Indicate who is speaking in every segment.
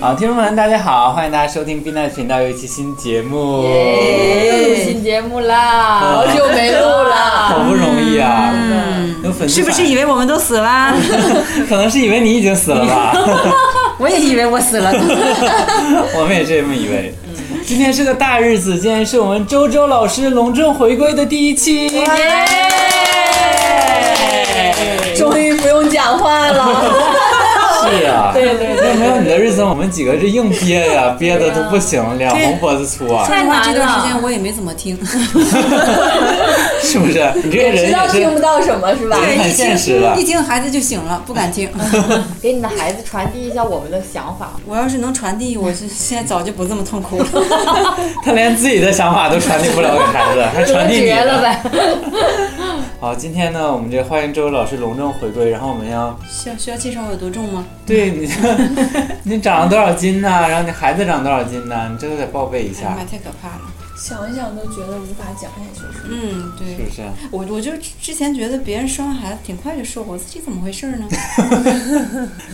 Speaker 1: 好，听众们，大家好，欢迎大家收听 B 站频道有一期新节目，
Speaker 2: 耶哎录新节目啦，好久没录
Speaker 1: 好
Speaker 2: 了。
Speaker 1: 不容易啊！
Speaker 3: 嗯，
Speaker 1: 有粉丝
Speaker 3: 是不是以为我们都死了？
Speaker 1: 为可能是以为你已经死了吧？
Speaker 3: 我也以为我死 了。
Speaker 1: 我们也是这么以为。今天是个大日子，今天是我们周周老师隆重回归的第一期。
Speaker 2: 耶终于不用讲话 了，
Speaker 1: 是啊，
Speaker 2: 对对对
Speaker 1: 要没有你的日子，我们几个是硬憋呀，憋的都不行，两红脖子粗啊，
Speaker 3: 说实
Speaker 2: 太
Speaker 3: 话，
Speaker 2: 难了
Speaker 3: 这段时间我也没怎么听。
Speaker 1: 是不是？你这个人
Speaker 2: 知道
Speaker 1: 也
Speaker 2: 听不
Speaker 1: 是，
Speaker 2: 到什么是吧？
Speaker 1: 对很现实了
Speaker 3: 一听孩子就醒了，不敢 听。
Speaker 2: 给你的孩子传递一下我们的想法。
Speaker 3: 我要是能传递，我是现在早就不这么痛苦了。
Speaker 1: 他连自己的想法都传递不了给孩子，还传递你
Speaker 2: 绝
Speaker 1: 的
Speaker 2: 了呗！
Speaker 1: 好，今天呢，我们这欢迎周老师隆重回归，然后我们要
Speaker 3: 需要需要介绍我有多重吗？
Speaker 1: 对你，你长了多少斤呢、然后你孩子长多少斤呢、你这都得报备一
Speaker 3: 哎呀
Speaker 1: 下
Speaker 3: 妈，，太可怕了。
Speaker 4: 想一想都觉得无法讲下去，是吧
Speaker 3: 嗯，对
Speaker 1: 是不是？
Speaker 3: 我我就之前觉得别人生完孩子挺快就瘦，我自己怎么回事 呢？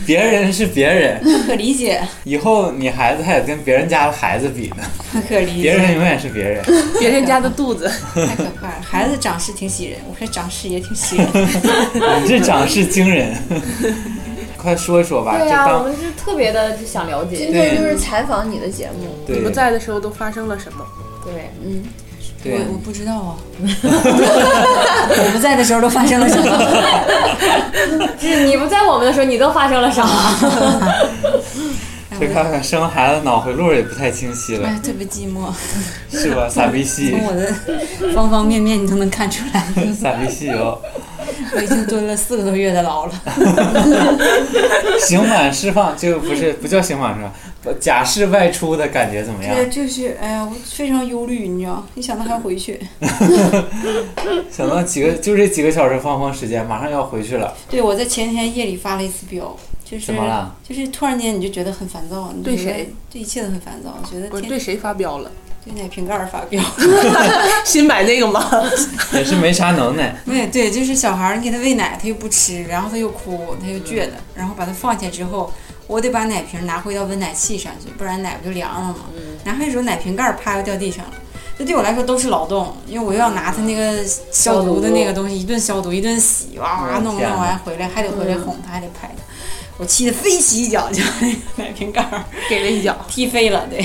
Speaker 1: 别人是别人，
Speaker 3: 不可理解，
Speaker 1: 以后你孩子还得跟别人家的孩子比呢，
Speaker 3: 不可理
Speaker 1: 别人
Speaker 3: 解，
Speaker 1: 永远是别人。
Speaker 5: 别人家的肚子，
Speaker 3: 太可怕了。孩子长势挺喜人，我说长势也挺喜 人。
Speaker 1: 你这长势惊人，快说一说吧，
Speaker 2: 对
Speaker 4: 啊
Speaker 2: 啊
Speaker 1: 这
Speaker 2: 呀，我
Speaker 1: 当
Speaker 2: 们是特别的就想了
Speaker 4: 今
Speaker 2: 解，
Speaker 4: 天就是采访你的节目，
Speaker 1: 对
Speaker 5: 你不在的时候都发生了什么？
Speaker 2: 对，
Speaker 1: 对
Speaker 3: 我我不知道啊， 我不在的时候都发生了什么？
Speaker 2: 就是你不在我们的时候，你都发生了啥？
Speaker 1: 这看看生孩子脑回路也不太清晰了，
Speaker 3: 哎，特别寂寞，
Speaker 1: 是吧？傻逼 戏
Speaker 3: 从，我 的方方面面你都能看出来，
Speaker 1: 傻逼戏哦，
Speaker 3: 我已经蹲了四个多月的牢了。
Speaker 1: 刑满释放就不是不叫刑满释放不，假释外出的感觉怎么样？
Speaker 3: 对，就是哎呀，我非常忧虑，你知道，一想到还要回去，
Speaker 1: 想到几个就这几个小时放风时间，马上要回去了，
Speaker 3: 对我在前天夜里发了一次飙，就是
Speaker 1: 怎么了
Speaker 3: 就是突然间你就觉得很烦躁，你就
Speaker 5: 对
Speaker 3: 觉得
Speaker 5: 谁？
Speaker 3: 对一切都很烦躁，我觉得
Speaker 5: 不是
Speaker 3: 天
Speaker 5: 对谁发飙了？
Speaker 3: 对奶瓶盖儿发飙。
Speaker 5: 新买那个吗？
Speaker 1: 也是没啥能耐。
Speaker 3: 对对，就是小孩儿，你给他喂奶，他又不吃，然后他又哭，他又倔的，然后把他放下之后，我得把奶瓶拿回到温奶器上去，不然奶不就凉了吗？拿回的时候，奶瓶盖儿啪又掉地上了。这对我来说都是劳动，因为我又要拿他那个消毒的那个东西，一顿消毒，一顿洗，哇
Speaker 1: 我
Speaker 3: 哇
Speaker 1: 的
Speaker 3: 弄
Speaker 1: 天
Speaker 3: 弄
Speaker 1: 哪
Speaker 3: 完回来还得回来哄他，还得拍他，我气得飞起一脚就把那个奶瓶盖儿
Speaker 5: 给了一脚，
Speaker 3: 踢飞了，对。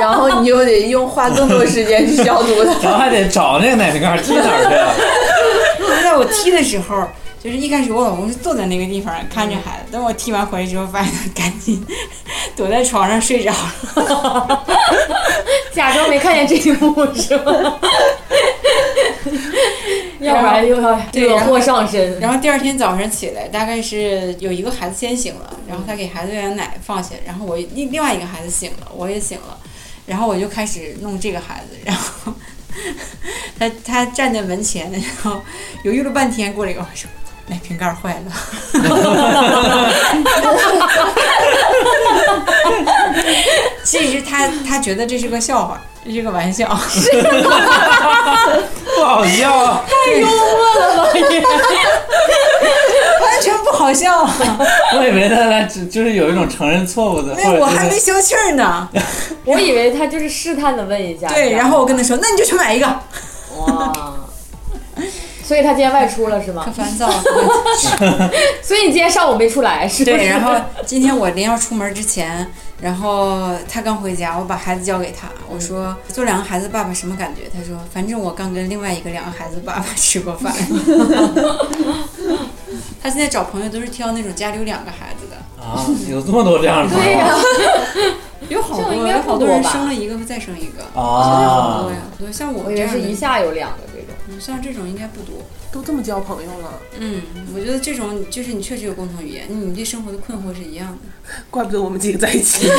Speaker 4: 然后你就得用花更多时间去消毒 它。
Speaker 1: 然后还得找那个奶瓶盖踢哪儿去啊？
Speaker 3: 在我踢的时候，就是一开始我老公是坐在那个地方看着孩子，等我踢完回来之后，发现他赶紧 躲在床上睡着了。
Speaker 2: 假装没看见这一幕是 吗？要不然又要
Speaker 3: 对
Speaker 2: 惹祸上身。
Speaker 3: 然后第二天早上起来，大概是有一个孩子先醒了，然后他给孩子喂完奶放下，然后我另另外一个孩子醒了，我也醒了，然后我就开始弄这个孩子，然后他他站在门前，然后犹豫了半天，过来跟我说。奶瓶盖坏了， 其实他他觉得这是个笑话，这是个玩笑，
Speaker 1: 不好笑啊！
Speaker 3: 完全不好笑。
Speaker 1: 我以为他来只就是有一种承认错误的，
Speaker 3: 没
Speaker 1: 或
Speaker 3: 有，我
Speaker 1: 者
Speaker 3: 还
Speaker 1: 就
Speaker 3: 没
Speaker 1: 是
Speaker 3: 消气儿呢。
Speaker 2: 我以为他就是试探的问一下，
Speaker 3: 对，然后我跟他说：“那你就去买一个。”
Speaker 2: 哇， 所以他今天外出了是
Speaker 3: 可
Speaker 2: 吗？
Speaker 3: 烦躁了。
Speaker 2: 所以你今天上午没出来是不是？
Speaker 3: 对，然后今天我临要出门之前，然后他刚回家，我把孩子交给他，我说做两个孩子爸爸什么感觉？他说反正我刚跟另外一个两个孩子爸爸 吃过饭。他现在找朋友都是挑那种家里有两个孩子的，
Speaker 1: 啊，有这么多这样的朋
Speaker 2: 对
Speaker 1: 友
Speaker 2: 呀、
Speaker 3: 有好
Speaker 2: 这样应
Speaker 3: 多
Speaker 2: 该
Speaker 3: 有好多人
Speaker 2: 不多吧
Speaker 3: 生了一个再生一个，好
Speaker 1: 啊
Speaker 3: 多！呀，好多像我
Speaker 2: 我
Speaker 3: 这
Speaker 2: 以为
Speaker 3: 样
Speaker 2: 是一
Speaker 3: 的，
Speaker 2: 下有两个这种。
Speaker 3: 像这种应该不多。
Speaker 5: 都这么交朋友了，
Speaker 3: 嗯，我觉得这种就是你确实有共同语言，你对生活的困惑是一样的。
Speaker 5: 怪不得我们几个在一起，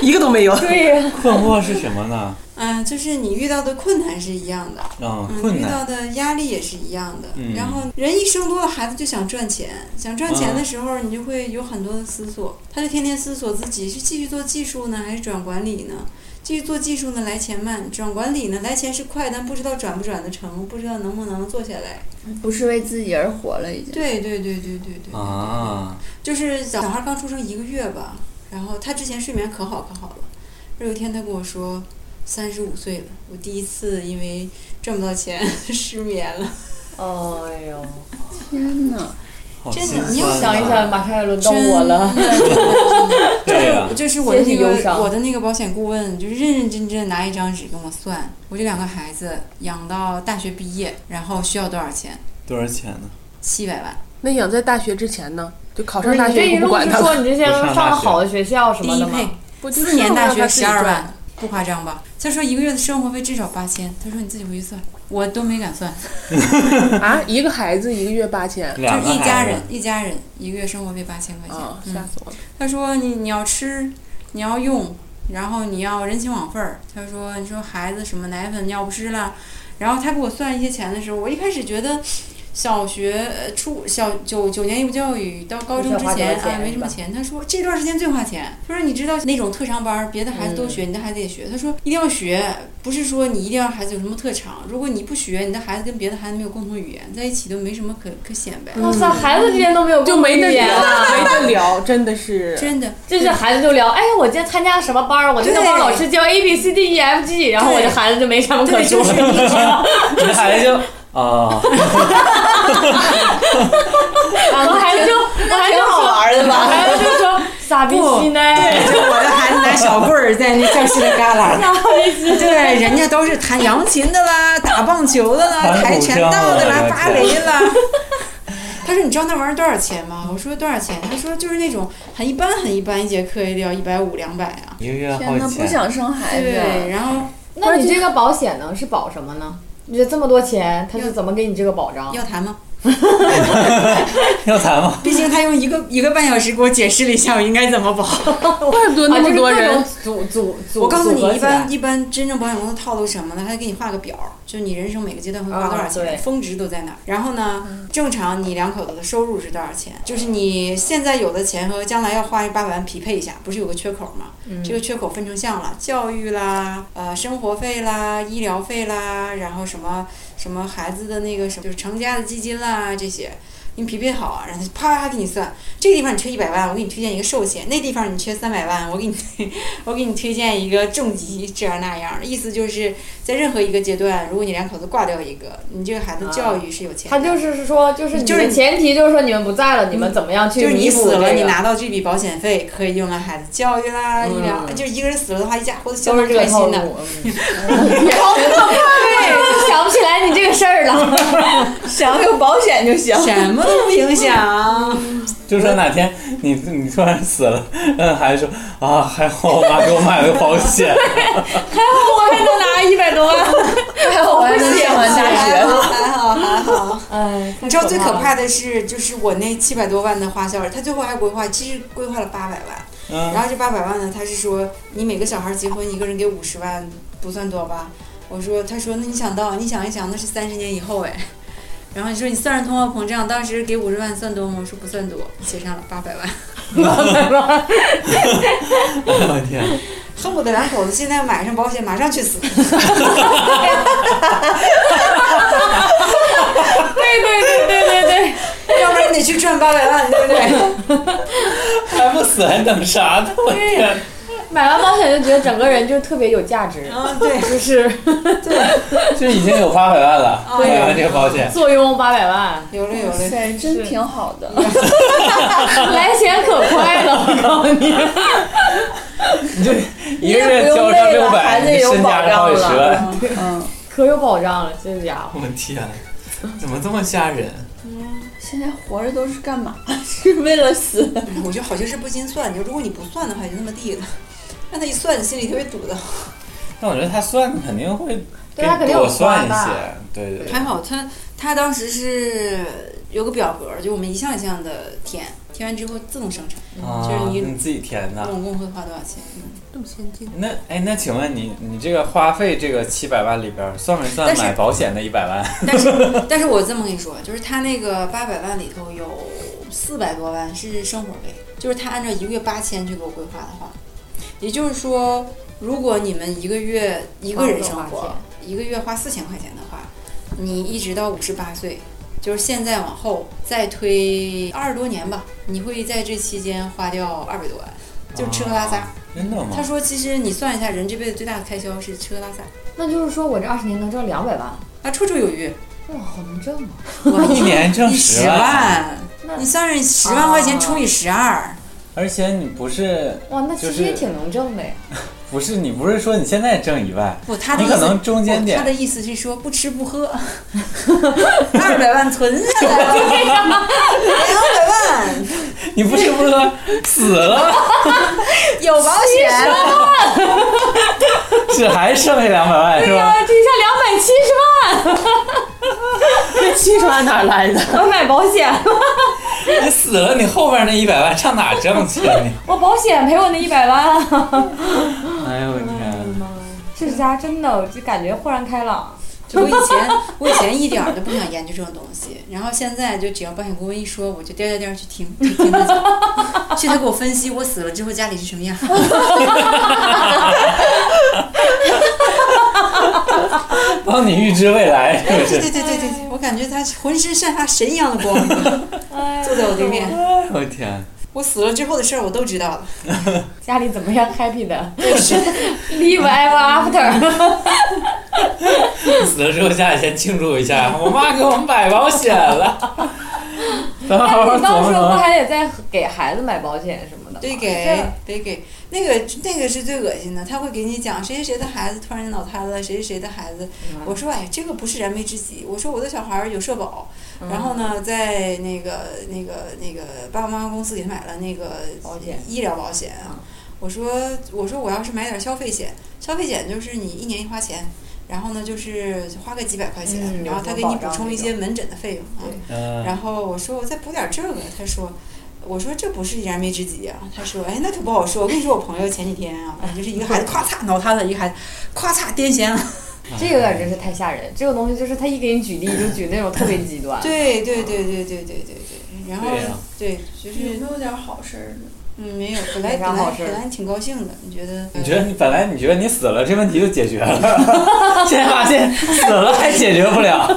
Speaker 5: 一个都没有。
Speaker 2: 对呀、
Speaker 1: 困惑是什么呢？
Speaker 3: 嗯、就是你遇到的困难是一样的。
Speaker 1: 嗯，
Speaker 3: 嗯，
Speaker 1: 困
Speaker 3: 遇
Speaker 1: 难
Speaker 3: 到的压力也是一样的。
Speaker 1: 嗯
Speaker 3: 然后人一生多了孩子就想赚钱，想赚钱
Speaker 1: 嗯
Speaker 3: 的时候你就会有很多的思索，他就天天思索自己是继续做技术呢，还是转管理呢？继续做技术呢，来钱慢；转管理呢，来钱是快，但不知道转不转得成，不知道能不能做下来。
Speaker 4: 不是为自己而活了，已经。
Speaker 3: 嗯对对对对对对，
Speaker 1: 啊，
Speaker 3: 就是小孩刚出生一个月吧，然后他之前睡眠可好可好了，有一天他跟我说，三十五岁了，我第一次因为赚不到钱 失眠了。
Speaker 2: 哎呦，
Speaker 4: 天哪，
Speaker 1: 好
Speaker 3: 真的
Speaker 1: 心
Speaker 3: 你要
Speaker 1: 酸
Speaker 2: 想一
Speaker 1: 啊
Speaker 2: 想，马上要轮到我了。
Speaker 1: 对啊呀、
Speaker 3: 这是我的那
Speaker 2: 先是忧
Speaker 3: 个
Speaker 2: 伤
Speaker 3: 我的那个保险顾问，就是认认真真拿一张纸跟我算，我这两个孩子养到大学毕业，然后需要多少钱？
Speaker 1: 多少钱呢？
Speaker 3: 七百万，
Speaker 5: 那养在大学之前呢？就考
Speaker 2: 不是
Speaker 5: 上大
Speaker 2: 你这
Speaker 5: 学
Speaker 2: 一
Speaker 5: 我不
Speaker 2: 路
Speaker 5: 管
Speaker 2: 是
Speaker 5: 他
Speaker 2: 说
Speaker 5: 了，
Speaker 2: 你之前
Speaker 1: 不上
Speaker 2: 上
Speaker 1: 大
Speaker 2: 了
Speaker 1: 学
Speaker 2: 好的学校什么
Speaker 3: 第一
Speaker 2: 的吗
Speaker 3: 配？，
Speaker 5: 不就
Speaker 3: 四
Speaker 5: 是
Speaker 3: 年大
Speaker 5: 让他
Speaker 3: 学
Speaker 5: 自
Speaker 3: 十
Speaker 5: 己
Speaker 3: 二
Speaker 5: 赚
Speaker 3: 万，不夸张吧？他说一个月的生活费至少八千，他说你自己回去算，我都没敢算，
Speaker 5: 啊！一个孩子一个月八千
Speaker 3: 就
Speaker 1: 两个
Speaker 3: 是一家
Speaker 1: 孩
Speaker 3: 人
Speaker 1: 子，
Speaker 3: 一家人一个月生活费八千块钱，
Speaker 2: 哦
Speaker 5: 啊，
Speaker 3: 嗯
Speaker 5: 吓死我了！
Speaker 3: 他说你你要吃，你要用，然后你要人情往份儿。他说你说孩子什么奶粉尿不湿了，然后他给我算一些钱的时候，我一开始觉得小学呃初小九九年义务教育到高中
Speaker 2: 没
Speaker 3: 之
Speaker 2: 少花
Speaker 3: 前
Speaker 2: 多少
Speaker 3: 啊
Speaker 2: 钱
Speaker 3: 没什么钱。他说这段时间最花钱。他说你知道那种特长班儿，别的孩子都学，你的孩子也学。他说一定要学，不是说你一定要孩子有什么特长，如果你不学，你的孩子跟别的孩子没有共同语言，在一起都没什么可可显摆。
Speaker 2: 哇塞，孩子之间都没有
Speaker 5: 就没
Speaker 2: 共
Speaker 5: 得
Speaker 2: 同语
Speaker 5: 聊
Speaker 2: 言了，
Speaker 5: 没得聊，真的是。
Speaker 3: 真的，
Speaker 2: 就是孩子就聊，哎，我今天参加什么班儿？我今天帮
Speaker 3: 对
Speaker 2: 老师教 A B C D E F G，然后我这
Speaker 3: 对
Speaker 2: 孩子就没什么可
Speaker 3: 对，
Speaker 2: 说
Speaker 3: 就是
Speaker 2: 的。
Speaker 3: 你知道
Speaker 1: 这孩子就啊，
Speaker 2: 我孩子就，我孩子
Speaker 4: 挺
Speaker 2: 就
Speaker 4: 好
Speaker 2: 说，
Speaker 4: 玩的
Speaker 2: 我
Speaker 4: 吧？
Speaker 2: 孩子就说傻逼西呢，
Speaker 3: 就我的孩子拿小棍儿在那教室里旮旯， 对，人家都是弹扬琴的啦，打棒球的啦，
Speaker 1: 弹
Speaker 3: 跆拳道的啦
Speaker 1: 古筝，的
Speaker 3: 芭蕾啦。 他说：“你知道那玩意儿多少钱吗？”我说：“多少钱？”他说：“就是那种很一般很一般，一节课也得要一百五两百啊。
Speaker 1: 一个月好
Speaker 4: 天哪，
Speaker 1: 几
Speaker 4: 不
Speaker 1: 千，
Speaker 4: 想生”孩子。啊
Speaker 3: 对，然后
Speaker 2: 那你这个保险呢是保什么呢？你这这么多钱，他是怎么给你这个保障？
Speaker 3: 要谈吗？
Speaker 1: 要谈吗？
Speaker 3: 毕竟他用一个一个半小时给我解释了一下我应该怎么保。
Speaker 5: 怪不得那
Speaker 2: 啊，就
Speaker 5: 么
Speaker 2: 是
Speaker 5: 多
Speaker 2: 各
Speaker 5: 人
Speaker 2: 种组组组，
Speaker 3: 我告诉你
Speaker 2: 组合，
Speaker 3: 一
Speaker 2: 起 来
Speaker 3: 般一般真正保险公司套路是什么呢？他给你画个表儿，就是你人生每个阶段会花多少
Speaker 2: 啊对嗯
Speaker 3: 钱，峰值都在哪儿。然后呢，正常你两口子的收入是多少钱？就是你现在有的钱和将来要花一八百万匹配一下，不是有个缺口吗？
Speaker 2: 嗯
Speaker 3: 这个缺口分成项了，教育啦，呃，生活费啦，医疗费啦，然后什么什么孩子的那个什么，就是成家的基金啦这些。你匹配好啊，然后他就啪给你算，这个地方你缺一百万，我给你推荐一个寿险；那地方你缺三百万，我给你我给你推荐一个重疾，这样那样，意思就是在任何一个阶段，如果你两口子挂掉一个，你这个孩子教育是有钱的。
Speaker 2: 啊他就是说，就是你
Speaker 3: 就是
Speaker 2: 的
Speaker 3: 你嗯
Speaker 2: 前提就是说你们不在了，你们怎么样
Speaker 3: 就
Speaker 2: 去
Speaker 3: 是你
Speaker 2: 弥补
Speaker 3: 死
Speaker 2: 这
Speaker 3: 了，你
Speaker 2: 个？
Speaker 3: 拿到这笔保险费可以用来孩子教育啦、医疗，
Speaker 2: 嗯
Speaker 3: 就是一个人死了的话，一家活得相
Speaker 2: 都
Speaker 3: 当
Speaker 2: 是这个
Speaker 3: 开
Speaker 2: 套
Speaker 3: 心
Speaker 2: 路，
Speaker 3: 的。
Speaker 2: 嗯 对，就想不起来你这个事儿了。
Speaker 4: 想有保险就行。
Speaker 3: 什么都不影响，
Speaker 1: 就说哪天你你突然死了， 让孩子说啊，还好我妈给我买了个保险，
Speaker 2: 我还能拿一百多万，还 好我
Speaker 4: 还
Speaker 2: 会
Speaker 4: 能
Speaker 2: 写
Speaker 4: 上完大学
Speaker 3: 还好还好还好。
Speaker 2: 哎，
Speaker 3: 你知道最可
Speaker 2: 了
Speaker 3: 怕的是，就是我那七百多万的花销，他最后还规划，其实规划了八百万。
Speaker 1: 嗯
Speaker 3: 然后这八百万呢，他是说你每个小孩结婚一个人给五十万，不算多吧？我说，他说那你想到，你想一想，那是三十年以后哎。然后你说你算上通货膨胀，当时给五十万算多吗？我说不算多，写上了八百万，
Speaker 1: 我的天，
Speaker 3: 恨不得两口子现在买上保险，马上去 死。
Speaker 2: 对对对对对对，
Speaker 3: 要不然你得去赚八百万，对不 对？
Speaker 1: 还不死还等啥呢？我天，
Speaker 2: 买完保险就觉得整个人就特别有价值，
Speaker 3: 啊，对，
Speaker 2: 就是
Speaker 1: 就已经有八百万了，
Speaker 3: 对
Speaker 1: 买完这个保险，
Speaker 2: 坐拥八百万，
Speaker 3: 有了有了。
Speaker 4: 对，真挺好的。
Speaker 2: 来钱可快了，我告诉你。
Speaker 1: 你这一个月交上六百，你身价上好几十万，
Speaker 4: 嗯，
Speaker 2: 可有保障了，这家
Speaker 1: 我
Speaker 2: 伙。
Speaker 1: 的天，怎么这么吓人？
Speaker 4: 现在活着都是干嘛？ 是为了死？
Speaker 3: 我觉得好像是不经算，就如果你不算的话，也就那么地了。让他一算，你心里特别堵得慌。
Speaker 1: 但我觉得他算的肯定会
Speaker 2: 对他肯
Speaker 1: 给
Speaker 2: 定有
Speaker 1: 我算一
Speaker 2: 花
Speaker 1: 些
Speaker 2: 吧，
Speaker 1: 对对对
Speaker 3: 还好他他当时是有个表格，就我们一项一项的填，填完之后自动生成，
Speaker 1: 啊
Speaker 3: 就是你
Speaker 1: 你自己填的。
Speaker 3: 总共会花多少钱？嗯
Speaker 5: 这么先进，
Speaker 1: 那哎，那请问你，你这个花费这个七百万里边儿，算没算
Speaker 3: 但是
Speaker 1: 买保险的一百万？
Speaker 3: 但是 但是我这么跟你说，就是他那个八百万里头有四百多万是生活费，就是他按照一个月八千去给我规划的话，也就是说，如果你们一个月一个人生活，一个月花四千块钱的话，你一直到五十八岁。就是现在往后再推二十多年吧，你会在这期间花掉二百多万。就是吃喝拉撒。
Speaker 1: 真的吗
Speaker 3: 他？说，其实你算一下，人这辈子最大的开销是吃喝拉撒，
Speaker 2: 那就是说我这二十年能挣两百万，
Speaker 3: 啊，绰绰有余。
Speaker 2: 哇，好能挣啊！
Speaker 3: 我
Speaker 1: 一年挣
Speaker 3: 你
Speaker 1: 十
Speaker 3: 十
Speaker 1: 万，
Speaker 3: 万，
Speaker 2: 那
Speaker 3: 你算是十万块钱除以十二，
Speaker 1: 而且你不是
Speaker 2: 哇，那
Speaker 1: 就
Speaker 2: 其
Speaker 1: 是
Speaker 2: 实也挺能挣的呀。
Speaker 1: 不是你不是说你现在挣一万，
Speaker 3: 不，他的
Speaker 1: 你
Speaker 3: 意思
Speaker 1: 可能中间
Speaker 3: 不
Speaker 1: 点
Speaker 3: 他的意思是说不吃不喝，二百万存下来了，两百万
Speaker 1: 你不是不是说死了，
Speaker 3: 有保险，
Speaker 1: 只还剩下两百万是吧？
Speaker 2: 呃这一下两百七十
Speaker 5: 这七十万哪儿来的？
Speaker 2: 万，我买保险 了，
Speaker 1: 你死了，你后边那一百万上哪挣去？你
Speaker 2: 我保险赔我那一百万啊！
Speaker 1: 哎呦我天！
Speaker 2: 这家真的，我就感觉豁然开朗。
Speaker 3: 就我以前，我以前一点儿都不想研究这种东西，然后现在就只要保险顾问一说，我就颠颠颠去听，去听他讲，去他给我分析我死了之后家里是什么样。
Speaker 1: 帮你预知未来是不
Speaker 3: 对
Speaker 1: 是？
Speaker 3: 对对对对，我感觉他浑身散发神一样的光，坐在我对面。
Speaker 1: 哎我天！
Speaker 3: 我死了之后的事儿我都知道了。
Speaker 2: 家里怎么样？Happy 的，Live ever after。
Speaker 1: 死了之后，家里先庆祝一下，我妈给我们买保险了。咱 们好好
Speaker 2: 你
Speaker 1: 琢
Speaker 2: 当
Speaker 1: 磨
Speaker 2: 时
Speaker 1: 琢
Speaker 2: 不
Speaker 1: 磨。
Speaker 2: 还得再给孩子买保险什么的？啊
Speaker 3: 得给，得给。那个那个是最恶心的，他会给你讲谁谁谁的孩子突然间脑瘫了，谁谁谁的孩子。我说哎，这个不是燃眉之急。我说我的小孩儿有社保，
Speaker 2: 嗯
Speaker 3: 然后呢，在那个那个那个爸爸妈妈公司给他买了那个
Speaker 2: 保险嗯
Speaker 3: 医疗保险啊。我说我说我要是买点消费险，消费险就是你一年一花钱。然后呢，就是花个几百块钱，
Speaker 2: 嗯
Speaker 3: 然后他
Speaker 2: 有
Speaker 3: 给
Speaker 2: 什么
Speaker 3: 你
Speaker 2: 保
Speaker 3: 补
Speaker 2: 障
Speaker 3: 充一
Speaker 2: 那
Speaker 3: 些门诊的费用啊。
Speaker 1: 嗯，
Speaker 3: 然后我说我再补点这个，他说，我说这不是燃眉之急啊。他说，哎，那可不好说。我跟你说，我朋友前几天 啊，就是一个孩子咔嚓脑瘫了，一个孩子咔嚓癫痫了。
Speaker 2: 这有点真是太吓人。这个东西就是他一给你举例就举那种特别极端。
Speaker 3: 对对对对对对对对。然后
Speaker 1: 对呀
Speaker 3: 对，就是
Speaker 4: 没有点好事儿呢？
Speaker 3: 嗯，没有，本来
Speaker 2: 没啥
Speaker 3: 本来
Speaker 2: 好事
Speaker 3: 本来挺高兴的，你觉得？
Speaker 1: 你觉得你本来你觉得你死了，这问题就解决了，现在发现死了还解决不了。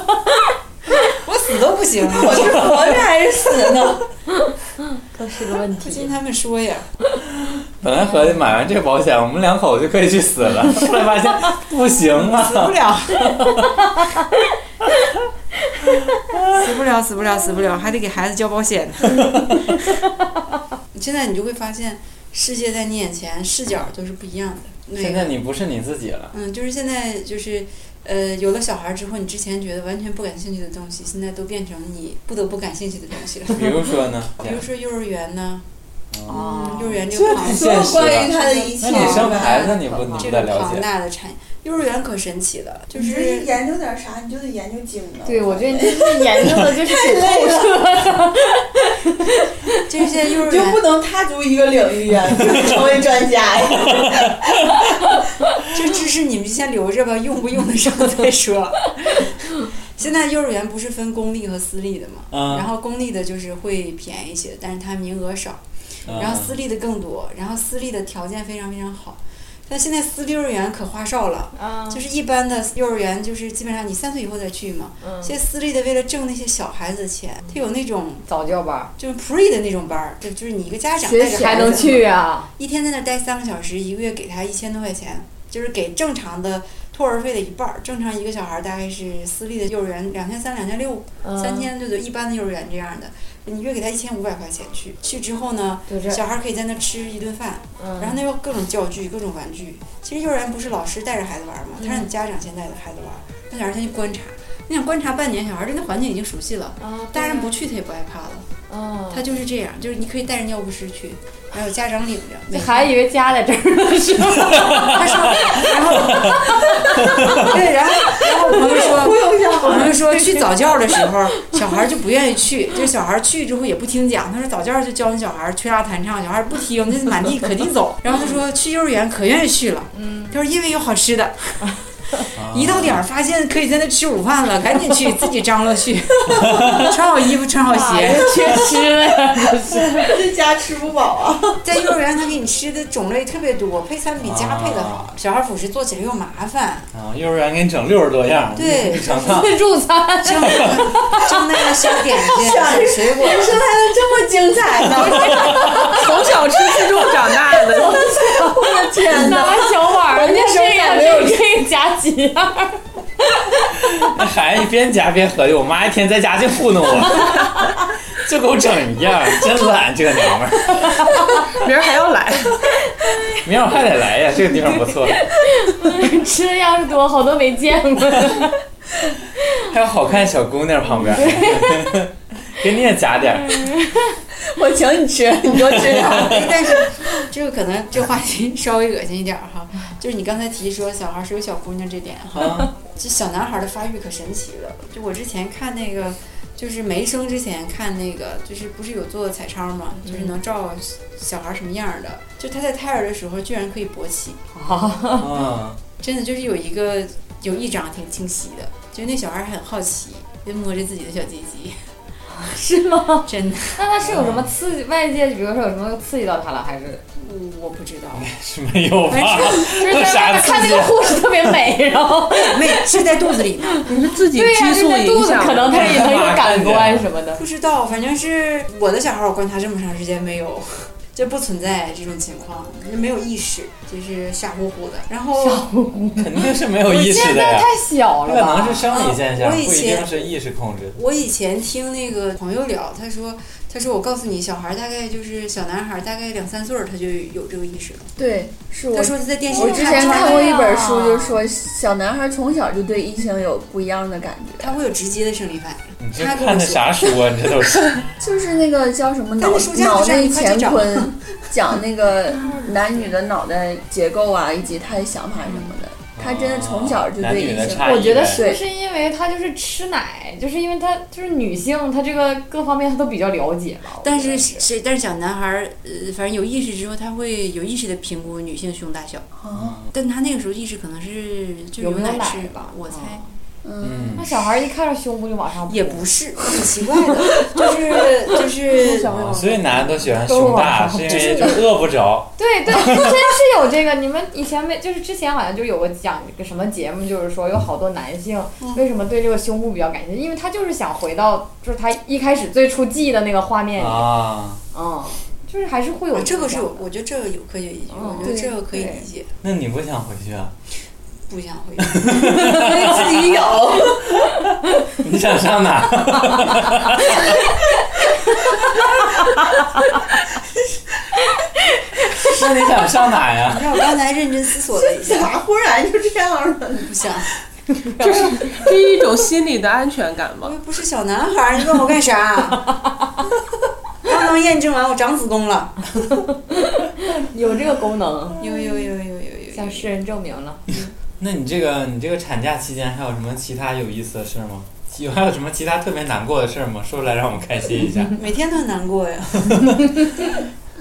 Speaker 3: 我死都 不行，
Speaker 4: 我是活着还是死呢？
Speaker 2: 都是个问
Speaker 3: 不。听他们说呀。
Speaker 1: 本来合计买完这保险，我们两口子就可以去死了，后来发现不行
Speaker 3: 死不
Speaker 1: 啊。
Speaker 3: 了，死不了，死不了，死不了，还得给孩子交保险。现在你就会发现，世界在你眼前，视角都是不一样的。那
Speaker 1: 现在
Speaker 3: 个，
Speaker 1: 你不是你自己了，
Speaker 3: 嗯，就是现在就是，呃，有了小孩之后，你之前觉得完全不感兴趣的东西，现在都变成你不得不感兴趣的东西了。
Speaker 1: 比如说 呢？
Speaker 3: 比如说幼儿园呢，
Speaker 2: 哦
Speaker 3: 嗯，幼儿园这个庞
Speaker 4: 所有关于他的一
Speaker 1: 那
Speaker 4: 切，
Speaker 1: 你生
Speaker 4: 是吧
Speaker 1: 孩子，你不你
Speaker 3: 这
Speaker 1: 不
Speaker 3: 个
Speaker 1: 得了
Speaker 3: 庞
Speaker 1: 解？
Speaker 3: 大的产业，幼儿园可神奇了， 就
Speaker 4: 你就是
Speaker 3: 是
Speaker 4: 研究点啥，你就得研究精了。
Speaker 2: 对，我觉得你这研究的就是
Speaker 4: 太累了，
Speaker 3: 这些幼儿
Speaker 4: 你就
Speaker 3: 园
Speaker 4: 不能踏足一个领域啊 呀，你就 成为 专家呀。
Speaker 3: 这知识你们先留着吧，用不用得上再说。 现在幼儿园不是分公立和私立的嘛，然
Speaker 1: 嗯，
Speaker 3: 后公立的就是会便宜一些，但是它名额少，
Speaker 1: 嗯
Speaker 3: 然后私立的更多，然后私立的条件非常非常好。但现在私立幼儿园可花哨了，
Speaker 2: 啊，
Speaker 3: 就是一般的幼儿园就是基本上你三岁以后再去嘛。
Speaker 2: 嗯
Speaker 3: 现在私立的为了挣那些小孩子的钱，他有那种
Speaker 2: 早教班，
Speaker 3: 就是 pre 的那种班儿，就就是你一个家长
Speaker 2: 学
Speaker 3: 带着
Speaker 2: 习
Speaker 3: 孩
Speaker 2: 还
Speaker 3: 子
Speaker 2: 能
Speaker 3: 嘛
Speaker 2: 去啊？
Speaker 3: 一天在那儿待三个小时，一个月给他一千多块钱，就是给正常的托儿费的一半儿。正常一个小孩儿大概是私立的幼儿园两千三、两千六、
Speaker 2: 嗯
Speaker 3: 三千，对对，一般的幼儿园这样的，你月给他一千五百块钱去。去之后呢，
Speaker 2: 就这，
Speaker 3: 小孩儿可以在那儿吃一顿饭，
Speaker 2: 嗯
Speaker 3: 然后那有各种教具、各种玩具。其实幼儿园不是老师带着孩子玩儿吗？他
Speaker 2: 嗯
Speaker 3: 让你家长先带着孩子玩儿，让小孩儿先去观察。你想观察半年，小孩儿对那环境已经熟悉了，
Speaker 2: 啊
Speaker 3: 大人不去他也不害怕了。
Speaker 2: 嗯，
Speaker 3: 他就是这样，就是你可以带着尿不湿去，还有家长领着。每
Speaker 2: 这
Speaker 3: 天
Speaker 2: 还以为家在这儿呢，是吧？
Speaker 3: 他说，然后，对， 然后，然后我朋友
Speaker 4: 忽
Speaker 3: 说，
Speaker 4: 悠一下
Speaker 3: 我朋友说去早教的时候， 小孩儿就不愿意去，就是小孩儿去之后也不听讲，他说早教就教你小孩儿吹拉弹唱，小孩儿不听，那满地可地走。然后他说去幼儿园可愿意去了，
Speaker 2: 嗯，
Speaker 3: 他说因为有好吃的，一到点儿发现可以在那吃午饭了，赶紧去，自己张罗去，穿好衣服，穿好鞋。
Speaker 2: 缺吃了呀，这是。
Speaker 4: 这家吃不饱啊。
Speaker 3: 在幼儿园，他给你吃的种类特别多，配餐比家配的好，小孩儿辅食做起来又麻烦。
Speaker 1: 啊，幼儿园给你整六十多样，
Speaker 3: 对
Speaker 1: 你尝尝。
Speaker 2: 自助餐，
Speaker 3: 蒸蒸那个小点心、水果，
Speaker 4: 人生还能这么精彩呢！
Speaker 5: 从小吃自助长大的，
Speaker 4: 天
Speaker 2: 拿
Speaker 4: 哪！
Speaker 2: 完小碗儿，
Speaker 4: 我那时候
Speaker 2: 这
Speaker 4: 咋
Speaker 2: 个
Speaker 4: 没有
Speaker 2: 这个这个啊夹几样？
Speaker 1: 那孩子边夹边合计，我妈一天在家净糊弄我， 就给我整一样，真懒这个娘们儿。
Speaker 5: 明儿还要来，
Speaker 1: 明儿我还得来呀，这个地方不错，
Speaker 2: 吃的样式多，好多没见过。
Speaker 1: 还有好看小姑娘旁 边，给你也夹点儿。
Speaker 4: 我请你吃，你给我吃点儿。
Speaker 3: 但是这个可能这话题稍微恶心一点儿哈，就是你刚才提说小孩儿是有小姑娘这点哈，
Speaker 1: 啊，
Speaker 3: 这小男孩儿的发育可神奇了。就我之前看那个，就是没生之前看那个，就是不是有做彩超嘛，就是能照小孩儿什么样儿的，就他在胎儿的时候居然可以勃起，
Speaker 1: 啊
Speaker 3: 真的就是有一个有一张挺清晰的，就那小孩儿很好奇，就摸着自己的小鸡鸡，
Speaker 2: 是吗？
Speaker 3: 真的，
Speaker 2: 那他是有什么刺激？外界比如说有什么刺激到他了，还是
Speaker 3: 我不知道。
Speaker 1: 是没有吧？
Speaker 2: 就是
Speaker 1: 有啥
Speaker 2: 他
Speaker 1: 刺
Speaker 2: 看那
Speaker 1: 激
Speaker 2: 个？护士特别美，然后
Speaker 3: 没是在肚子里呢，
Speaker 5: 你是自己
Speaker 2: 对呀、
Speaker 5: 激
Speaker 2: 就
Speaker 5: 素
Speaker 2: 在肚
Speaker 5: 影
Speaker 2: 子
Speaker 5: 响
Speaker 2: 可能他也能有感官什么的。
Speaker 3: 不知道，反正是我的小孩，我观察这么长时间没有， 就不存在这种情况，就没有意识，就是傻乎乎的。然后
Speaker 1: 肯定是没有意识的
Speaker 2: 现在
Speaker 1: 呀，
Speaker 2: 太小
Speaker 1: 可
Speaker 2: 了吧？
Speaker 1: 能是生理现象，
Speaker 3: 我
Speaker 1: 不
Speaker 3: 以
Speaker 1: 一
Speaker 3: 前
Speaker 1: 定是意识控制的。
Speaker 3: 我以前听那个朋友聊，他说，他说我告诉你，小孩大概就是小男孩，大概两三岁儿他就有这个意识了。
Speaker 4: 对，是我
Speaker 3: 他。说他在电视
Speaker 4: 我
Speaker 3: 里
Speaker 4: 之
Speaker 3: 看
Speaker 4: 前
Speaker 3: 出来
Speaker 4: 看过一本
Speaker 2: 啊
Speaker 4: 书，就说小男孩从小就对异性有不一样的感觉，
Speaker 3: 他会有直接的生理反应。
Speaker 1: 你这
Speaker 3: 他跟
Speaker 1: 看
Speaker 3: 我
Speaker 1: 的
Speaker 3: 说，
Speaker 1: 啥书啊？你这都是
Speaker 4: 就是那个叫什么脑
Speaker 3: 但是书架
Speaker 4: 脑
Speaker 3: 不是
Speaker 4: 内
Speaker 3: 你快去
Speaker 4: 乾
Speaker 3: 找
Speaker 4: 坤，讲那个男女的脑袋结构啊，以及他的想法什么的。他真的从小就
Speaker 1: 男
Speaker 4: 对
Speaker 1: 女
Speaker 4: 异
Speaker 1: 的
Speaker 4: 性，
Speaker 1: 差异呗。
Speaker 2: 我觉得是不
Speaker 4: 对
Speaker 2: 是因为她就是吃奶，就是因为她就是女性，她这个各方面她都比较了解吧。我
Speaker 3: 但
Speaker 2: 觉
Speaker 3: 是
Speaker 2: 得
Speaker 3: 是但是小男孩，呃，反正有意识之后，他会有意识的评估女性胸大小。
Speaker 4: 哦
Speaker 3: 但他那个时候意识可能是就
Speaker 2: 有没有
Speaker 3: 奶
Speaker 2: 奶
Speaker 3: 吃
Speaker 2: 吧
Speaker 3: 我猜。
Speaker 2: 嗯
Speaker 4: 嗯，
Speaker 1: 嗯
Speaker 2: 那，小孩一看着胸部就往上扑
Speaker 3: 哦也不是，很奇怪的， 就是就是
Speaker 1: 啊所以男的都喜欢胸 大，是因为就饿不着。
Speaker 2: 对对，真是有这个。你们以前没，就是之前好像就有个讲个什么节目，就是说有好多男性为什么对这个胸部比较感兴趣，因为他就是想回到就是他一开始最初记忆的那个画
Speaker 4: 哎
Speaker 2: 面里，
Speaker 1: 啊，
Speaker 2: 嗯，就是还是会有
Speaker 3: 啊这个是
Speaker 2: 样
Speaker 3: 我，我觉得这个有科学依据，
Speaker 2: 嗯
Speaker 3: 我觉得
Speaker 4: 对
Speaker 3: 这个可以
Speaker 2: 对
Speaker 3: 理解，
Speaker 1: 那你不想回去啊？
Speaker 3: 不想回去。
Speaker 4: 自己有。
Speaker 1: 你想上哪？那你想上哪呀？
Speaker 3: 让我刚才认真思索了一下，
Speaker 4: 咋忽然就这样了？
Speaker 3: 不想，
Speaker 5: 这是一种心理的安全感
Speaker 3: 我
Speaker 5: 吧？
Speaker 3: 又不是小男孩儿，你问我干 啥？刚刚验证完我长子宫了，
Speaker 2: 有这个功能，
Speaker 3: 有有有有有有
Speaker 2: 向世人证明了。
Speaker 1: 那你这个你这个产假期间还有什么其他有意思的事吗？有还有什么其他特别难过的事吗？说出来让我们开心一下。
Speaker 3: 有，每天都很难过呀。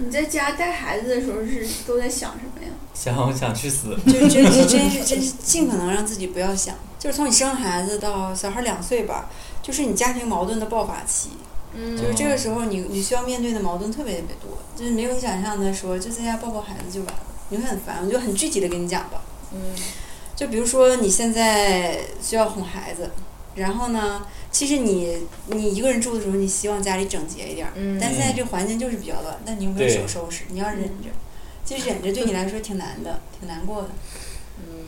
Speaker 4: 你在家带孩子的时候是都在想什么呀？
Speaker 1: 想我想去死。
Speaker 3: 就真是真是真是尽可能让自己不要想，就是从你生孩子到小孩两岁吧，就是你家庭矛盾的爆发期。嗯，就是这个时候你你需要面对的矛盾特别特别多，就是没有你想象的说就在家抱抱孩子就完了，你会很烦。我就很具体的跟你讲吧，嗯，就比如说你现在需要哄孩子，然后呢，其实你你一个人住的时候，你希望家里整洁一点儿，
Speaker 2: 嗯
Speaker 3: 但现在这个环境就是比较乱，但你又没有
Speaker 1: 对
Speaker 3: 手收拾，你要忍着，其实忍着对你来说挺难的，挺难过的。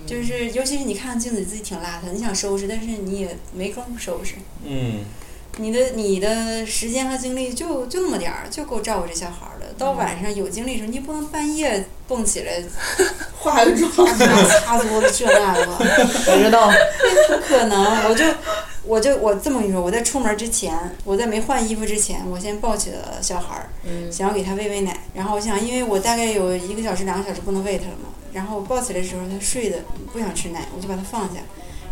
Speaker 3: 就是，尤其是你看镜子，自己挺邋遢，你想收拾，但是你也没工夫收拾，
Speaker 1: 嗯，
Speaker 3: 你的你的时间和精力就就那么点儿，就够照顾这小孩儿了。
Speaker 2: 嗯
Speaker 3: 到晚上有精力的时候，你不能半夜蹦起来
Speaker 4: 化个妆，
Speaker 3: 啪啪 擦桌子这那的吧，
Speaker 2: 我知道，
Speaker 3: 啊不可能。我就我就我这么跟你说，我在出门之前，我在没换衣服之前，我先抱起了小孩儿，
Speaker 2: 嗯
Speaker 3: 想要给他喂喂奶，然后我想，因为我大概有一个小时、两个小时不能喂他了嘛，然后我抱起来的时候，他睡的不想吃奶，我就把他放下，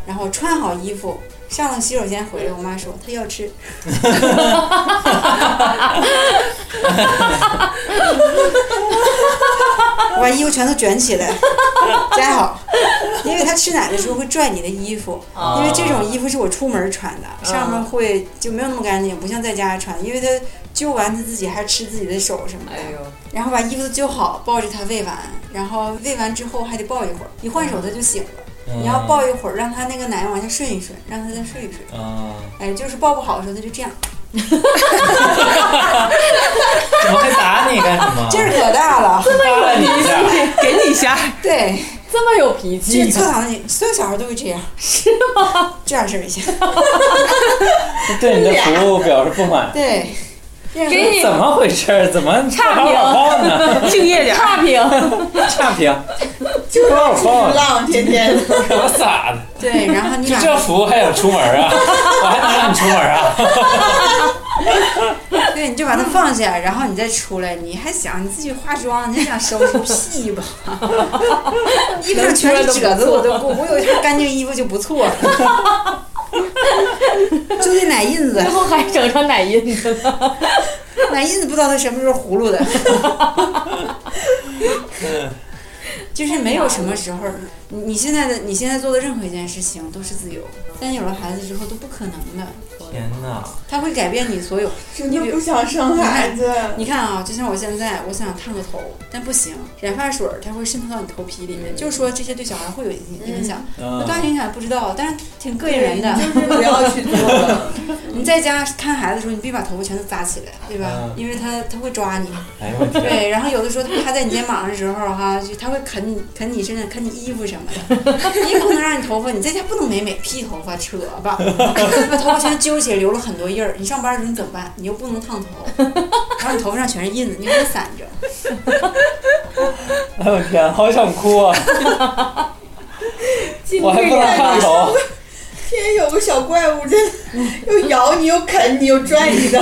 Speaker 3: 然后穿好衣服，上了洗手间回来，我妈说他 要吃，我把衣服全都卷 起来，摘好，因为他吃奶的时候会拽你的衣服，
Speaker 2: 哦
Speaker 3: 因为这种衣服是我出门穿的，上面会就没有那么干净，不像在家穿，因为他揪完他自己还吃自己的手什么的。
Speaker 2: 哎呦，
Speaker 3: 然后把衣服都揪好，抱着它喂完，然后喂完之后还得抱一会儿，一换手它就醒了。
Speaker 1: 嗯
Speaker 3: 你要抱一会儿，让它那个奶往下顺一顺，让它再顺一顺。
Speaker 1: 嗯，
Speaker 3: 哎，就是抱不好的时候它就这样，
Speaker 1: 怎么还打你干什么？
Speaker 3: 劲儿可大了。
Speaker 1: 扒拉你一下，
Speaker 5: 给你一下，
Speaker 3: 对，
Speaker 2: 这么有脾
Speaker 3: 这
Speaker 2: 气
Speaker 3: 是，教堂里所有小孩都会这样， 是吗？这样式儿一下，
Speaker 1: 对你的服务表示不满，
Speaker 3: 对，
Speaker 2: 给你
Speaker 1: 怎么回事儿？怎么
Speaker 2: 差
Speaker 1: 不
Speaker 2: 评
Speaker 1: 好好报呢？
Speaker 5: 敬业点儿。
Speaker 2: 差评。
Speaker 1: 差评，不好好报呢，
Speaker 4: 浪天 天
Speaker 1: 可不咋的，
Speaker 3: 对，然后你
Speaker 1: 就
Speaker 3: 俩
Speaker 1: 这服务还想出门啊？我还能让你出门啊？
Speaker 3: 对，你就把它放下，然后你再出来，你还想你自己化妆，你还想收 拾屁吧？衣服上全是褶子，我都顾，我有一身干净衣服就不错了。 就这奶印 子
Speaker 2: 最，后还整上奶印子了，
Speaker 3: 奶印子不知道它什么时候葫芦的，
Speaker 1: 嗯
Speaker 3: 就是没有什么时候，你你现在的你现在做的任何一件事情都是自由，但有了孩子之后都不可能的，
Speaker 1: 天哪！
Speaker 3: 他会改变你所有。
Speaker 4: 真的不想生孩子，
Speaker 3: 你看啊，就像我现在，我想烫个头，但不行，染发水儿它会渗透到你头皮里面，就是说这些对小孩会有影影响，
Speaker 1: 嗯
Speaker 3: 多大影响不知道，啊但是挺膈应人的。
Speaker 4: 就是不要去做了。
Speaker 3: 你在家看孩子的时候，你别把头发全都扎起来，对吧
Speaker 1: 嗯？
Speaker 3: 因为他他会抓你，
Speaker 1: 哎呦我天，
Speaker 3: 对。然后有的时候他趴在你肩膀上的时候，哈，就他会啃你啃你身上啃你衣服什么 的，你也不能让你头发，你在家不能美美披头发扯吧，把头发全揪起来，留了很多印儿。你上班的时候你怎么办？你又不能烫头，然后你头发上全是印子，你又不能散着。
Speaker 1: 哎呦我天，好想哭啊！
Speaker 2: 进
Speaker 1: 我还不能烫头，
Speaker 4: 天，有个小怪物在 又咬你，又啃你，又拽你的，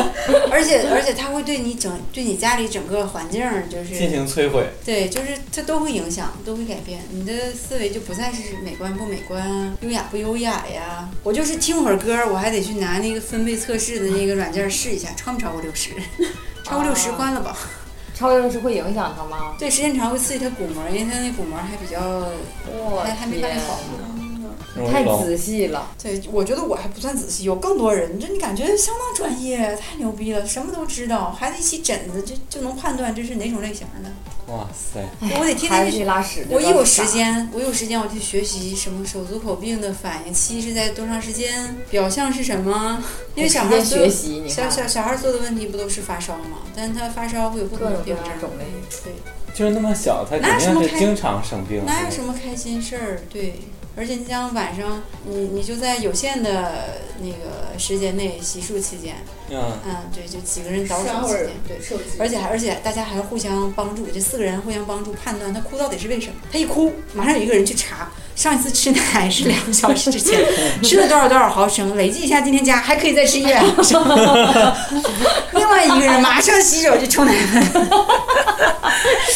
Speaker 3: 而且而且它会对你整对你家里整个环境儿就
Speaker 1: 进
Speaker 3: 是
Speaker 1: 行摧毁。
Speaker 3: 对，就是它都会影响，都会改变你的思维，就不再是美观不美观啊，优雅不优雅呀。我就是听会儿歌儿，我还得去拿那个分贝测试的那个软件儿试一下，超没超过六十。 超过六十关了吧？
Speaker 2: 超六是会影响他吗？
Speaker 3: 对，时间长会刺激它骨膜儿，因为它那骨膜儿还比较
Speaker 2: 我
Speaker 3: 还还没发育好嘛。
Speaker 4: 嗯
Speaker 1: 容易
Speaker 2: 太
Speaker 1: 聋
Speaker 2: 仔细了，
Speaker 3: 对，我觉得我还不算仔细，有更多人，这你感觉相当专业，太牛逼了，什么都知道，孩子一起疹子就就能判断这是哪种类型的。
Speaker 1: 哇塞，
Speaker 3: 我得天
Speaker 2: 还
Speaker 3: 天
Speaker 2: 是
Speaker 3: 去
Speaker 2: 去拉屎。
Speaker 3: 我
Speaker 2: 这
Speaker 3: 一
Speaker 2: 个
Speaker 3: 有
Speaker 2: 傻
Speaker 3: 时，间，我有时间我去学习什么手足口病的反应期是在多长时间，表象是什么？因为小孩
Speaker 2: 有
Speaker 3: 儿
Speaker 2: 时
Speaker 3: 所
Speaker 2: 间学
Speaker 3: 有
Speaker 2: 习，你
Speaker 3: 小
Speaker 2: 看
Speaker 3: 小小孩儿所有的问题不都是发烧吗？但是他发烧会有不
Speaker 2: 各
Speaker 3: 同的
Speaker 2: 种各
Speaker 3: 病
Speaker 2: 样的
Speaker 3: 症
Speaker 2: 种。类，
Speaker 3: 对，
Speaker 1: 就是那么小，他
Speaker 3: 哪有
Speaker 1: 肯
Speaker 3: 什
Speaker 1: 定
Speaker 3: 么
Speaker 1: 是
Speaker 3: 开
Speaker 1: 经常生病。
Speaker 3: 哪有什么开心事儿？对，而且你想晚上，你你就在有限的那个时间内洗漱期间，
Speaker 1: 嗯，
Speaker 3: 嗯，对，就几个人倒
Speaker 4: 刷
Speaker 3: 数
Speaker 4: 会
Speaker 3: 期
Speaker 4: 儿
Speaker 3: 间，对。
Speaker 4: 手机，
Speaker 3: 而且还而且大家还互相帮助，这四个人互相帮助判断他哭到底是为什么。他一哭，马上有一个人去查，上一次吃奶是两个小时之前，吃了多少多少毫升，累计一下今天加还可以再吃一百毫升。 另外一个人马上洗手就冲奶粉，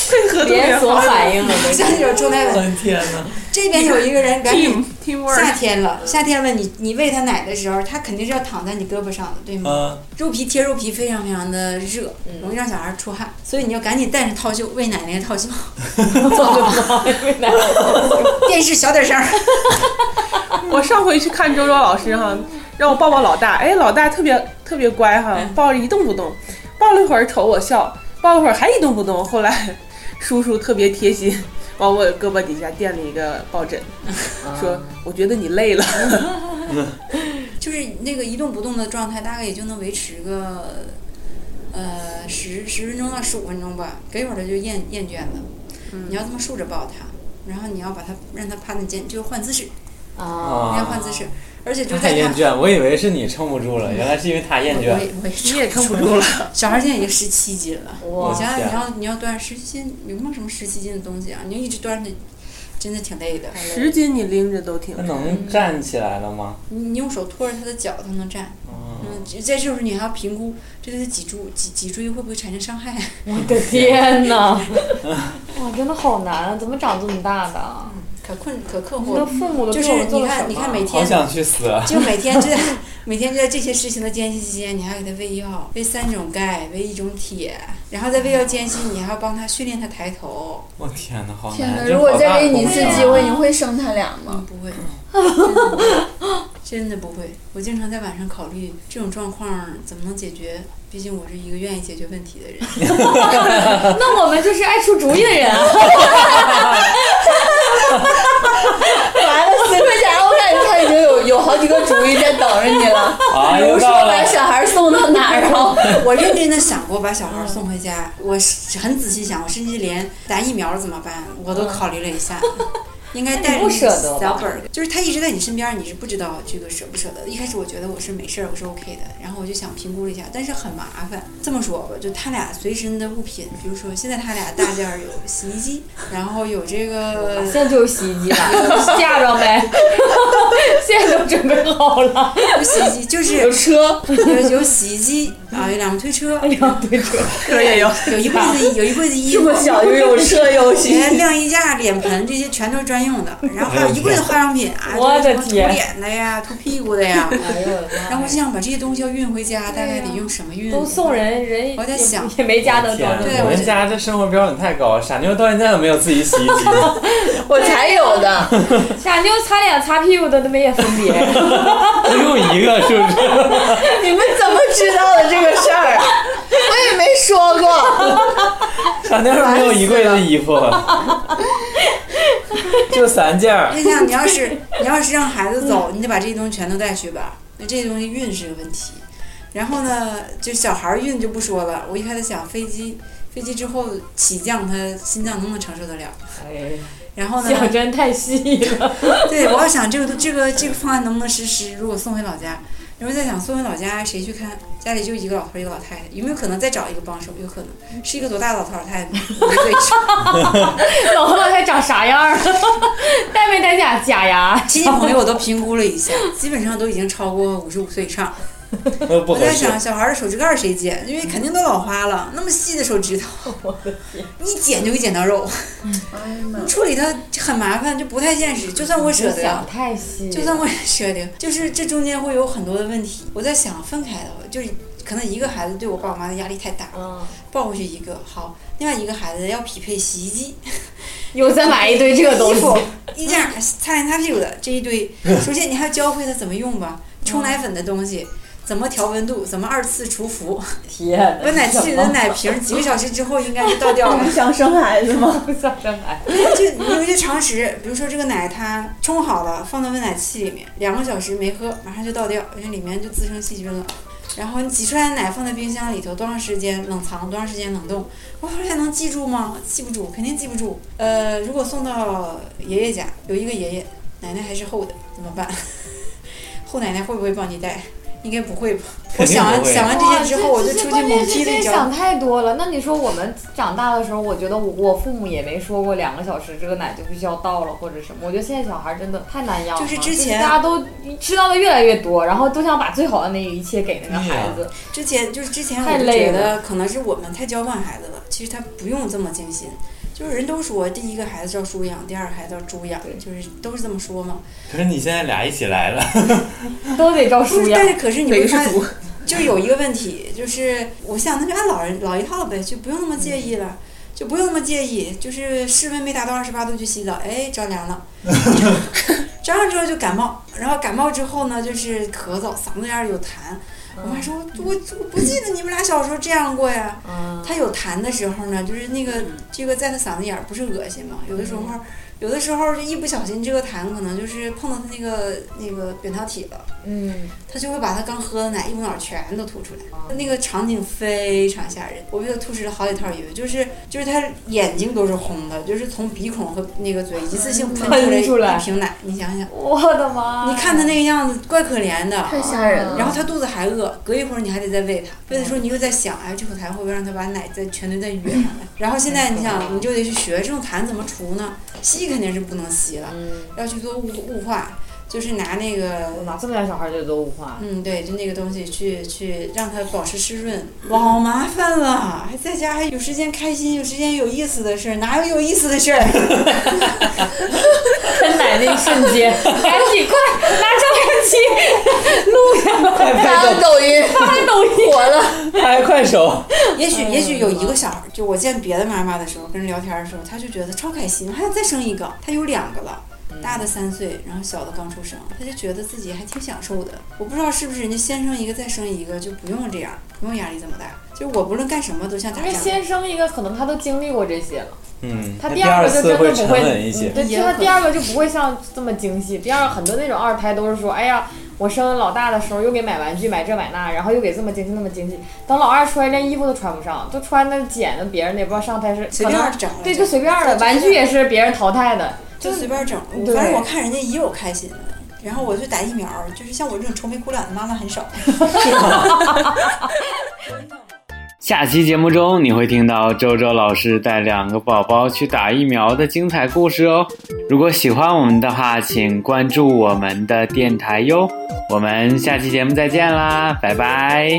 Speaker 5: 配合度也
Speaker 2: 连锁
Speaker 5: 好。
Speaker 2: 反应了
Speaker 3: 马
Speaker 2: 都
Speaker 3: 上洗手冲奶粉。
Speaker 1: 天哪！
Speaker 3: 这边有一个人赶紧
Speaker 5: team。team
Speaker 3: 夏
Speaker 5: work，
Speaker 3: 天了，夏天了你，你喂他奶的时候，他肯定是要躺在你胳膊上的，对吗？
Speaker 1: 嗯，
Speaker 3: 肉皮贴肉皮非常非常的热，容易让小孩出汗，所以你要赶紧带上套袖，喂奶那个套袖， 电视小点声儿。
Speaker 5: 我上回去看周周老师哈，让我抱抱老大，哎，老大特别特别乖哈，抱着一动不动，抱了一会儿瞅我笑，抱了一会儿还一动不动，后来 叔叔特别贴心。往我胳膊底下垫了一个抱枕，
Speaker 2: 啊嗯
Speaker 5: 说：“我觉得你累了。
Speaker 3: 就是那个一动不动的状态，大概也就能维持个呃十十分钟到十五分钟吧，隔一会儿他就厌厌倦了。
Speaker 5: 嗯
Speaker 3: 你要这么竖着抱他，然后你要把他让他趴在你肩，就是换姿势，
Speaker 2: 啊！
Speaker 3: 要换姿势，而且就
Speaker 1: 他太
Speaker 3: 在
Speaker 1: 厌
Speaker 3: 他。
Speaker 1: 倦，我以为是你撑不住了，原来是因为他厌
Speaker 3: 我
Speaker 1: 倦。
Speaker 3: 也我也”
Speaker 5: 你也撑不住了，
Speaker 3: 小孩现在已经十七斤了，
Speaker 2: 哇
Speaker 3: 你想想
Speaker 1: 哦天啊
Speaker 3: 你要你要端十七斤，有没有什么十七斤的东西啊？你就一直端着，真的挺累的。
Speaker 5: 十斤你拎着都挺
Speaker 1: 他能站起来了吗？
Speaker 3: 你你用手托着他的脚，他能站。
Speaker 1: 嗯，
Speaker 3: 嗯，在这时候你还要评估这对他脊柱脊脊椎会不会产生伤害。
Speaker 2: 我的天哪！ 哇，真的好难啊！怎么长这么大的？
Speaker 3: 可困可困
Speaker 2: 你的
Speaker 3: 惑，
Speaker 2: 父母都
Speaker 3: 就
Speaker 2: 做
Speaker 3: 是
Speaker 2: 了
Speaker 3: 你
Speaker 2: 做了什
Speaker 3: 看
Speaker 2: 么
Speaker 3: 你看每
Speaker 1: 好
Speaker 3: 天
Speaker 1: 想去死。啊
Speaker 3: 就每天就在 每天就在这些事情的间隙期间，你还要给他喂药，喂三种钙，喂一种铁，然后在喂药间隙，你还要帮他训练他抬头。
Speaker 1: 我天哪，哎好
Speaker 4: 天
Speaker 1: 难！
Speaker 4: 哪！
Speaker 1: 真
Speaker 4: 如果
Speaker 1: 好
Speaker 4: 再
Speaker 1: 大
Speaker 4: 给你一
Speaker 1: 恐
Speaker 4: 次
Speaker 1: 惧啊
Speaker 4: 机会，你会生他俩吗？
Speaker 3: 嗯，不会，真的不会
Speaker 4: 嗯
Speaker 3: 真的不会。我经常在晚上考虑这种状况怎么能解决，毕竟我是一个愿意解决问题的人。
Speaker 2: 那我们就是爱出主意的人啊！
Speaker 4: 完了，思慧姐，我感觉他已经有有好几哦个主意在等着你了，
Speaker 1: 啊，
Speaker 4: 比如
Speaker 1: 又
Speaker 4: 说
Speaker 1: 到
Speaker 4: 把
Speaker 1: 了，
Speaker 4: 小孩送到哪儿，然后
Speaker 3: 我认真的想过把小孩送回家，我是很仔细想，我甚至连打疫苗怎么办，我都考虑了一下。 应该带着
Speaker 2: 嗯不舍
Speaker 3: 那
Speaker 2: 得
Speaker 3: 个
Speaker 2: 吧
Speaker 3: 小本儿，就是他一直在你身边，你是不知道这个舍不舍得的。一开始我觉得我是没事儿，我是 OK 的，然后我就想评估了一下，但是很麻烦。这么说吧，就他俩随身的物品，比如说现在他俩大件儿有洗衣机，然后有这个
Speaker 2: 现在就有洗衣机了， 嫁妆呗，现在都准备好了，
Speaker 3: 有洗衣机， 就是
Speaker 2: 有车，
Speaker 3: 有有洗衣机啊，有两个推车，
Speaker 2: 两推车，
Speaker 5: 可以有。
Speaker 3: 有一柜子有一柜子衣
Speaker 4: 这
Speaker 3: 服
Speaker 4: 么，小 就有车有戏，
Speaker 3: 连晾衣架、脸盆这些全都是专用的，然后还有一柜子化妆品啊，
Speaker 2: 我的
Speaker 3: 就是什么涂
Speaker 2: 天
Speaker 3: 脸的呀、涂屁股 的呀。
Speaker 2: 哎呦我的妈呀
Speaker 3: 然后我就想把这些东西要运回家，大概得用什么运？
Speaker 2: 都送。人，人
Speaker 3: 我
Speaker 2: 也
Speaker 3: 在想
Speaker 2: 也没家能
Speaker 1: 天
Speaker 2: 装
Speaker 1: 啊，
Speaker 2: 这么
Speaker 3: 对
Speaker 2: 多
Speaker 1: 我们家这生活标准太高，傻妞到现在都没有自己洗衣 机，
Speaker 4: 我才有的。
Speaker 2: 傻妞擦脸擦屁股的，那没也分别？
Speaker 1: 只有一个是不是？
Speaker 4: 你们 怎么 知道的这个事儿啊？我也没说 过。
Speaker 1: 傻妞没有一柜子衣 服，就三件儿
Speaker 3: 我，在想，你要 是你要是让孩子
Speaker 2: 嗯
Speaker 3: 走，你得把这些东西全都带去吧？那这些东西运是个问题。然后呢，就小孩儿运就不说了。我一开始想飞机，飞机之后起降，他心脏能不能承受得了？然后呢，
Speaker 2: 想真哎太细了，
Speaker 3: 对，我要想这个这个这个方案能不能实施？如果送回老家，然后在想送回老家谁去看？家里就一个老头儿一个老太太，有没有可能再找一个帮手？有可能是一个多大的老头儿老太太呢？我就可以说
Speaker 2: 老头老太长啥样儿？ 戴没戴假假牙？
Speaker 3: 亲戚朋友我都评估了一下，基本上都已经超过五十五岁以上。
Speaker 1: 那不
Speaker 3: 我
Speaker 1: 合
Speaker 3: 在
Speaker 1: 适。
Speaker 3: 想小孩儿的手指盖儿谁剪？因为肯定都老花了，那么细的手指头， 一剪就会剪到肉，
Speaker 4: 哎呀妈！
Speaker 3: 处理它很麻烦，就不太现实。就算我舍得呀
Speaker 2: 想，
Speaker 3: 啊
Speaker 2: 太细了，
Speaker 3: 就算我也舍得， 就是这中间会有很多的问题。我在想分开的，就是可能一个孩子对我爸我妈的压力太大，
Speaker 2: 嗯，
Speaker 3: 抱回去一个好，另外一个孩子要匹配洗衣机、
Speaker 2: 又再买一堆这个东
Speaker 3: 衣
Speaker 2: 西，
Speaker 3: 服、衣架、擦脸擦屁股的这一堆。首先你还要教会他怎么用吧，
Speaker 2: 嗯
Speaker 3: 冲奶粉的东西。怎么调温度？怎么二次除氟？
Speaker 2: 天，
Speaker 3: 温奶器里的奶瓶几个小时之后应该就倒掉了。
Speaker 4: 想生孩子吗？
Speaker 2: 不想再买，
Speaker 3: 就有一些常识，比如说这个奶它冲好了，放到温奶器里面，两个小时没喝，马上就倒掉，因为里面就滋生细菌了。然后你挤出来的奶放在冰箱里头多长时间冷藏，多长时间冷冻，我后来能记住吗？记不住，肯定记不住。呃，如果送到爷爷家，有一个爷爷，奶奶还是厚的，怎么办？ 后奶奶会不会帮你带？应该不会吧。
Speaker 1: 肯
Speaker 3: 我
Speaker 1: 定
Speaker 3: 想
Speaker 1: 不
Speaker 3: 完
Speaker 1: 会
Speaker 3: 想完这些之后，我就
Speaker 2: 哇这
Speaker 3: 出去
Speaker 2: 关键
Speaker 3: 猛
Speaker 2: 是
Speaker 3: 踢了
Speaker 2: 真
Speaker 3: 一脚
Speaker 2: 想。太多了。那你说我们长大的时候，我觉得我我父母也没说过两个小时这个奶就必须要到了或者什么。我觉得现在小孩真的太难养了，
Speaker 3: 就是之前
Speaker 2: 大家都知道的越来越多，然后都想把最好的那一切给那个
Speaker 1: 对
Speaker 2: 孩
Speaker 1: 呀
Speaker 2: 子。
Speaker 3: 之前就是之前
Speaker 2: 太
Speaker 3: 我就
Speaker 2: 累
Speaker 3: 觉得可能是我们太娇惯孩子了，其实他不用这么精心。就是人都说第一个孩子叫猪养，第二个孩子叫猪养
Speaker 2: 对，
Speaker 3: 就是都是这么说嘛。
Speaker 1: 可是你现在俩一起来 了，
Speaker 2: 都得照
Speaker 3: 不
Speaker 2: 书
Speaker 3: 是，
Speaker 2: 养
Speaker 3: 但。是可是你
Speaker 5: 哪
Speaker 3: 会
Speaker 5: 个是
Speaker 3: 发现，
Speaker 5: 主？
Speaker 3: 就是有一个问题，就是我想那就按老人老一套呗，就不用那么介意了，就不用那么介意。就是室温没达到二十八度就洗澡，哎，着凉 了，着凉之后就感冒，然后感冒之后呢，就是咳嗽，嗓子眼儿有痰。我妈说，我我不记得你们俩小时候这样过呀。
Speaker 2: 嗯，
Speaker 3: 他有痰的时候呢，就是那个这个在他嗓子眼儿不是恶心嘛，有的时候，
Speaker 4: 嗯
Speaker 3: 有的时候就一不小心这个痰可能就是碰到他那个那个扁桃体了，
Speaker 2: 嗯，
Speaker 3: 他就会把他刚喝的奶一股脑儿全都吐出
Speaker 2: 哦
Speaker 3: 来，那个场景非常吓人，我被他吐湿了好几套衣服，就是就是他眼睛都是红的，就是从鼻孔和那个嘴一次性
Speaker 4: 嗯
Speaker 2: 喷
Speaker 3: 喷
Speaker 2: 出
Speaker 3: 出
Speaker 2: 来
Speaker 3: 来一瓶奶，你想想，
Speaker 2: 我的妈！
Speaker 3: 你看他那个样子怪可怜的，
Speaker 4: 太吓人
Speaker 3: 然
Speaker 4: 了。
Speaker 3: 后他肚子还饿，隔一会儿你还得再喂他，喂的时候你又在想，哎，这口痰会不会让他把奶再全都再哕上来？然后现在你想，你就得去学这种痰怎么除呢？吸肯定是不能吸了，要去做雾雾化，就是拿那
Speaker 2: 我
Speaker 3: 个，
Speaker 2: 啊妈这么点小孩就都雾化，
Speaker 3: 嗯，对，就那个东西去去让它保持湿润，老麻烦了，还在家还有时间开心，有时间有意思的事儿，哪有有意思的事儿？
Speaker 2: 喷奶那一瞬间， 赶紧快拿照相机录下来，
Speaker 1: 快
Speaker 4: 发
Speaker 1: 拍
Speaker 4: 了
Speaker 2: 啊
Speaker 1: 抖，
Speaker 4: 抖音
Speaker 2: 拍抖音。
Speaker 4: 火了，
Speaker 1: 拍快手，
Speaker 3: 也许
Speaker 2: 嗯
Speaker 3: 也许有一个小孩儿，就我见别的妈妈的时候，跟人聊天的时候，她就觉得超开心，还想再生一个，她有两个了。
Speaker 2: 嗯
Speaker 3: 大的三岁，然后小的刚出生，他就觉得自己还挺享受的。我不知道是不是人家先生一个再生一个就不用这样，不用压力这么大。就是我不论干什么都像打
Speaker 2: 因为
Speaker 3: 架。
Speaker 2: 先生一个可能他都经历过这些了，
Speaker 1: 嗯，
Speaker 2: 他
Speaker 1: 那
Speaker 2: 第
Speaker 1: 二
Speaker 2: 个就
Speaker 1: 次
Speaker 2: 真
Speaker 1: 会
Speaker 2: 的不
Speaker 1: 沉
Speaker 2: 会，
Speaker 1: 稳一些
Speaker 2: 嗯。对，
Speaker 3: 也
Speaker 2: 就他
Speaker 3: 可
Speaker 2: 第二个就不会像这么精细。第二很多那种二胎都是说，哎呀，我生老大的时候又给买玩具，买这买那，然后又给这么精细那么精细，等老二出来连衣服都穿不上，都穿的捡的别人的，也不知道上胎是
Speaker 3: 随便
Speaker 2: 可能
Speaker 3: 整了
Speaker 2: 对，
Speaker 3: 就
Speaker 2: 就随便儿的，
Speaker 3: 就
Speaker 2: 玩具也是别人淘汰的，
Speaker 3: 就随便整。我
Speaker 2: 对
Speaker 3: 反正我看人家也有开心的，然后我就打疫苗，就是像我这种愁眉苦脸的妈妈很少。
Speaker 1: 下期节目中，你会听到周周老师带两个宝宝去打疫苗的精彩故事哦。如果喜欢我们的话，请关注我们的电台哟。我们下期节目再见啦，拜拜。